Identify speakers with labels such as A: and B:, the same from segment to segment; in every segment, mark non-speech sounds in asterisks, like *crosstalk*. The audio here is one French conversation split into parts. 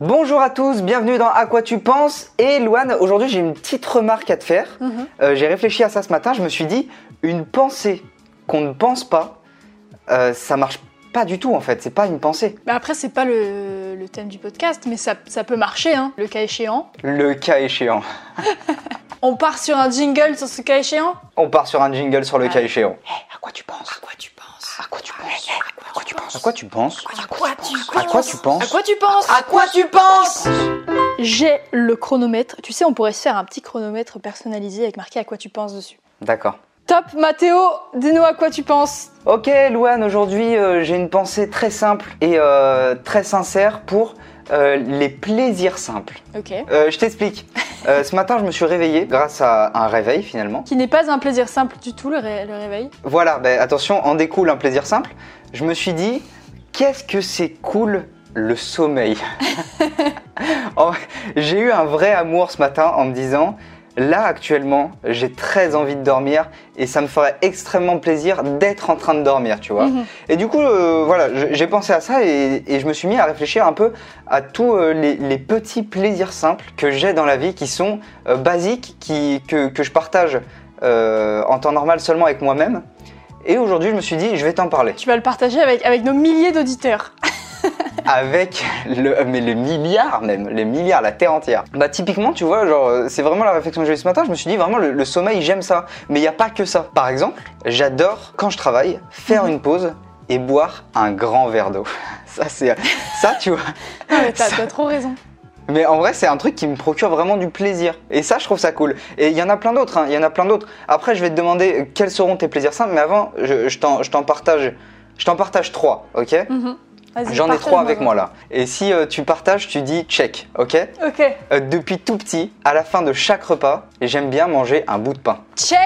A: Bonjour à tous, bienvenue dans À quoi tu penses Et Loane, aujourd'hui j'ai une petite remarque à te faire.
B: Mhm.
A: Euh, j'ai réfléchi à ça ce matin, je me suis dit, une pensée qu'on ne pense pas, euh, ça marche pas du tout en fait, c'est pas une pensée.
B: Mais après, c'est pas le, le thème du podcast, mais ça, ça peut marcher, hein, le cas échéant.
A: Le cas échéant.
B: On part sur un jingle sur ce cas échéant
A: On part sur un jingle sur le cas
B: Ouais.
A: échéant.
C: À quoi tu penses À quoi tu penses
A: À quoi tu penses Ah, eh,
C: À quoi tu penses
A: À quoi tu penses
C: À quoi tu penses
A: À quoi tu
B: À
A: penses
B: quoi tu penses
C: À quoi tu penses
B: J'ai le chronomètre. Tu sais, on pourrait se faire un petit chronomètre personnalisé avec marqué à quoi tu penses dessus.
A: D'accord.
B: Top, Mathéo, dis-nous à quoi tu penses.
A: Ok Louane, aujourd'hui euh, j'ai une pensée très simple et euh, très sincère pour euh, les plaisirs simples.
B: Ok.
A: Euh, je t'explique. Euh, ce matin je me suis réveillé grâce à un réveil finalement.
B: Qui n'est pas un plaisir simple du tout, le, ré- le réveil.
A: Voilà, ben, attention, en découle un plaisir simple. Je me suis dit, qu'est-ce que c'est cool le sommeil *laughs* En- J'ai eu un vrai amour ce matin en me disant, là actuellement, j'ai très envie de dormir et ça me ferait extrêmement plaisir d'être en train de dormir, tu vois.
B: Mhm.
A: Et du coup, euh, voilà, je- j'ai pensé à ça et, et je me suis mis à réfléchir un peu à tous euh, les, les petits plaisirs simples que j'ai dans la vie qui sont euh, basiques, qui, que, que je partage euh, en temps normal seulement avec moi-même. Et aujourd'hui, je me suis dit, je vais t'en parler.
B: Tu vas le partager avec, avec nos milliers d'auditeurs.
A: Avec le, mais le milliard même, les milliards, la terre entière. Bah, typiquement, tu vois, genre, euh, c'est vraiment la réflexion que j'ai eue ce matin. Je me suis dit, vraiment, le, le sommeil, j'aime ça. Mais il n'y a pas que ça. Par exemple, j'adore, quand je travaille, faire une pause et boire un grand verre d'eau. *laughs* Ça, c'est. Ça, tu vois.
B: Non, Ah, mais T'as
A: Ça-
B: t'as trop raison.
A: Mais en vrai, c'est un truc qui me procure vraiment du plaisir. Et ça, je trouve ça cool. Et il y en a plein d'autres. hein, Il y en a plein d'autres. Après, je vais te demander euh, quels seront tes plaisirs simples. Mais avant, je, je t'en je t'en partage. Je t'en partage trois, ok
B: Mhm. Vas-y,
A: J'en ai trois
B: partage-moi
A: avec moi là. Et si euh, tu partages, tu dis check, ok
B: Ok.
A: Euh, Depuis tout petit, à la fin de chaque repas, j'aime bien manger un bout de pain.
B: Check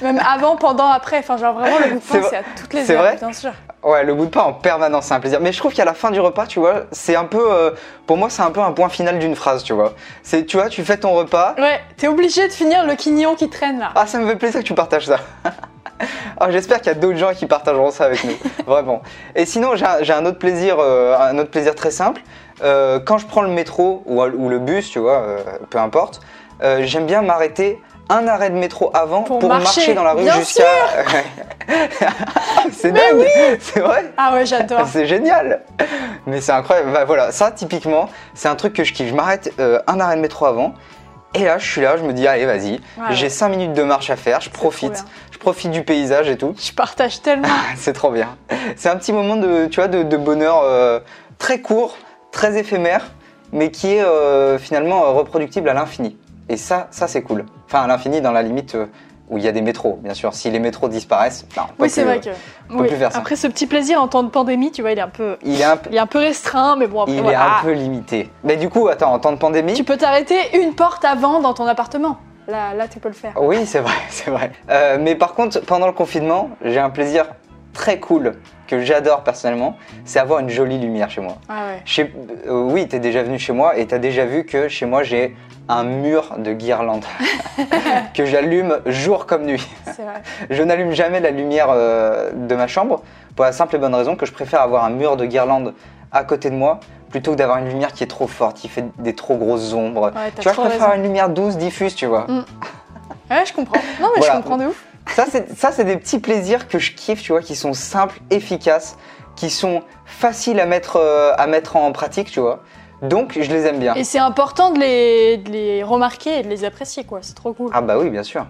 B: Même avant, pendant, après. Enfin, genre vraiment, le
A: C'est
B: bouffon,
A: vrai-
B: c'est à toutes les
A: c'est
B: heures,
A: vrai
B: bien sûr.
A: Ouais, le bout de pain en permanence, c'est un plaisir. Mais je trouve qu'à la fin du repas, tu vois, c'est un peu. euh, pour moi, c'est un peu un point final d'une phrase, tu vois. C'est, tu vois, tu fais ton repas,
B: Ouais, t'es obligé de finir le quignon qui traîne là.
A: Ah, ça me fait plaisir que tu partages ça. *laughs* Ah, J'espère qu'il y a d'autres gens qui partageront ça avec nous, vraiment. Et sinon, j'ai un- j'ai un autre plaisir, euh, un autre plaisir très simple. Euh, quand je prends le métro ou, ou le bus, tu vois, euh, peu importe, euh, j'aime bien m'arrêter un arrêt de métro avant pour,
B: Pour
A: marcher.
B: marcher,
A: dans la rue
B: bien
A: jusqu'à. *laughs* c'est
B: Mais
A: dingue, *laughs* c'est vrai.
B: Ah ouais,
A: *laughs*
B: j'adore.
A: C'est génial Mais c'est incroyable. Bah, voilà, ça typiquement, c'est un truc que je kiffe. Je m'arrête euh, un arrêt de métro avant. Et là, je suis là, je me dis, allez, vas-y.
B: Ouais,
A: J'ai
B: ouais.
A: 5 minutes de marche à faire, je
B: trop
A: profite.
B: bien.
A: Je profite du paysage et
B: *laughs*
A: tout.
B: Je partage tellement.
A: c'est trop bien. C'est un petit moment de, tu vois, de, de bonheur euh, très court, très éphémère, mais qui est euh, finalement euh, reproductible à l'infini. Et ça, ça c'est cool. Enfin, à l'infini dans la limite euh, où il y a des métros, bien sûr. Si les métros disparaissent, non, on peut
B: Oui, c'est
A: plus,
B: vrai
A: euh,
B: que.
A: peut
B: oui.
A: plus faire ça.
B: Après, ce petit plaisir en temps de pandémie, tu vois, il est un peu,
A: Il est un peu,
B: il est un peu restreint, mais bon, après,
A: il est
B: voilà. Ah,
A: un peu limité. Mais du coup, attends, en temps de pandémie,
B: Tu peux t'arrêter une porte avant dans ton appartement. Là, là, tu peux le faire.
A: Oui, c'est vrai, *laughs* c'est vrai. Euh, mais par contre, pendant le confinement, j'ai un plaisir très cool que j'adore personnellement, c'est avoir une jolie lumière chez moi.
B: Ah ouais.
A: Chez- euh, oui, t'es déjà venu chez moi et t'as déjà vu que chez moi j'ai un mur de
B: *laughs*
A: guirlandes *laughs* que j'allume jour comme nuit.
B: C'est vrai.
A: Je n'allume jamais la lumière euh, de ma chambre pour la simple et bonne raison que je préfère avoir un mur de guirlandes à côté de moi plutôt que d'avoir une lumière qui est trop forte, qui fait des trop grosses ombres.
B: Ouais,
A: Tu
B: t'as
A: vois, je
B: trop
A: préfère
B: raison.
A: une lumière douce, diffuse, tu vois.
B: Mm. Ouais, je comprends. Non, mais
A: Voilà.
B: je comprends de ouf.
A: Ça, c'est ça, c'est des petits plaisirs que je kiffe, tu vois, qui sont simples, efficaces, qui sont faciles à mettre, euh, à mettre en pratique, tu vois. Donc, je les aime bien.
B: Et c'est important de les, de les remarquer et de les apprécier, quoi. C'est trop cool.
A: Ah bah oui, bien sûr.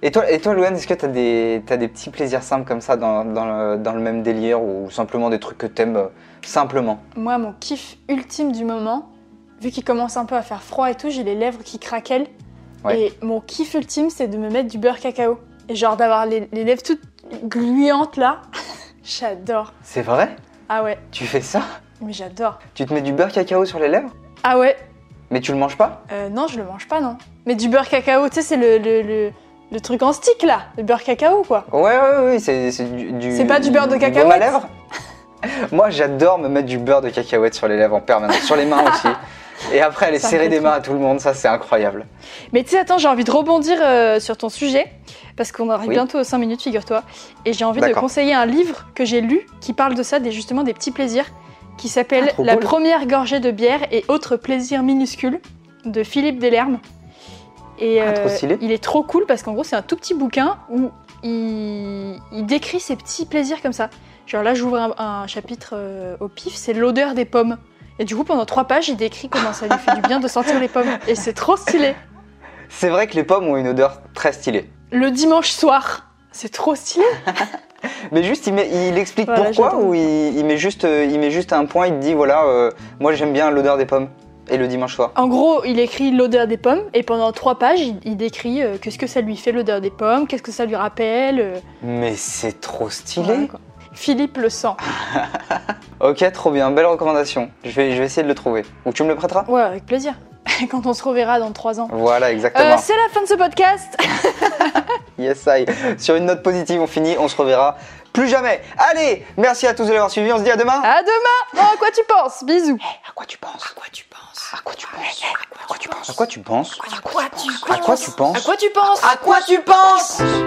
A: Et toi, et toi Louane, est-ce que t'as des, t'as des petits plaisirs simples comme ça dans, dans le, dans le même délire ou simplement des trucs que t'aimes euh, simplement
B: Moi, mon kiff ultime du moment, vu qu'il commence un peu à faire froid et tout, j'ai les lèvres qui craquellent.
A: Ouais.
B: Et mon kiff ultime, c'est de me mettre du beurre cacao. Et genre d'avoir les, les lèvres toutes gluantes là. *laughs* j'adore.
A: C'est vrai
B: Ah ouais,
A: Tu fais ça
B: mais j'adore.
A: Tu te mets du beurre cacao sur les lèvres
B: Ah ouais,
A: Mais tu le manges pas
B: euh, non, je le mange pas, non. Mais du beurre cacao, tu sais, c'est le, le, le, le truc en stick là, le beurre cacao quoi.
A: Ouais, ouais, ouais, c'est c'est du, du-
B: C'est pas du beurre de
A: baume à
B: cacahuète
A: lèvres *laughs* Moi, j'adore me mettre du beurre de cacahuète sur les lèvres en permanence, sur les
B: *laughs*
A: mains aussi. Et après, aller
B: Ça me
A: serrer
B: fait
A: des
B: trop.
A: mains à tout le monde, ça, c'est incroyable.
B: Mais tu sais, attends, j'ai envie de rebondir euh, sur ton sujet, parce qu'on arrive
A: Oui.
B: bientôt aux 5 minutes, figure-toi. Et j'ai envie de
A: D'accord.
B: conseiller un livre que j'ai lu qui parle de ça, des, justement des petits plaisirs, qui s'appelle
A: Ah, trop
B: La
A: cool.
B: première gorgée de bière et autres plaisirs minuscules de Philippe Delerme. Et euh,
A: Ah, trop stylé.
B: il est trop cool parce qu'en gros, c'est un tout petit bouquin où il, il décrit ses petits plaisirs comme ça. Genre là, j'ouvre un, un chapitre euh, au pif, c'est l'odeur des pommes. Et du coup, pendant trois pages, il décrit comment ça lui fait du bien de sentir les pommes. Et c'est trop stylé.
A: C'est vrai que les pommes ont une odeur très stylée.
B: Le dimanche soir, c'est trop stylé.
A: Mais juste, il, met- il explique
B: Voilà,
A: pourquoi
B: j'adore.
A: ou il, il met juste, euh, il met juste un point, il te dit voilà, euh, moi j'aime bien l'odeur des pommes. Et le dimanche soir.
B: En gros, il écrit l'odeur des pommes et pendant trois pages, il, il décrit euh, que ce que ça lui fait l'odeur des pommes, qu'est-ce que ça lui rappelle. euh,
A: Mais c'est trop stylé.
B: voilà, quoi. Philippe le sent.
A: Ok, trop bien, belle recommandation. Je vais, je vais essayer de le trouver. Ou tu me le prêteras
B: Ouais, avec plaisir. *laughs* Quand on se reverra dans trois ans.
A: Voilà,
B: Euh,
A: exactement.
B: c'est la fin de ce podcast.
A: yes, I. Sur une note positive, on finit, on se reverra plus jamais. Allez, merci à tous de l'avoir suivi, on se dit à demain.
B: À demain. Bon, à quoi tu penses Bisous.
C: À quoi tu penses À quoi tu penses Ah, eh,
A: À quoi tu penses
C: À quoi tu penses
A: À quoi tu penses
C: À quoi tu penses
A: À quoi tu penses
C: À quoi tu penses À quoi tu penses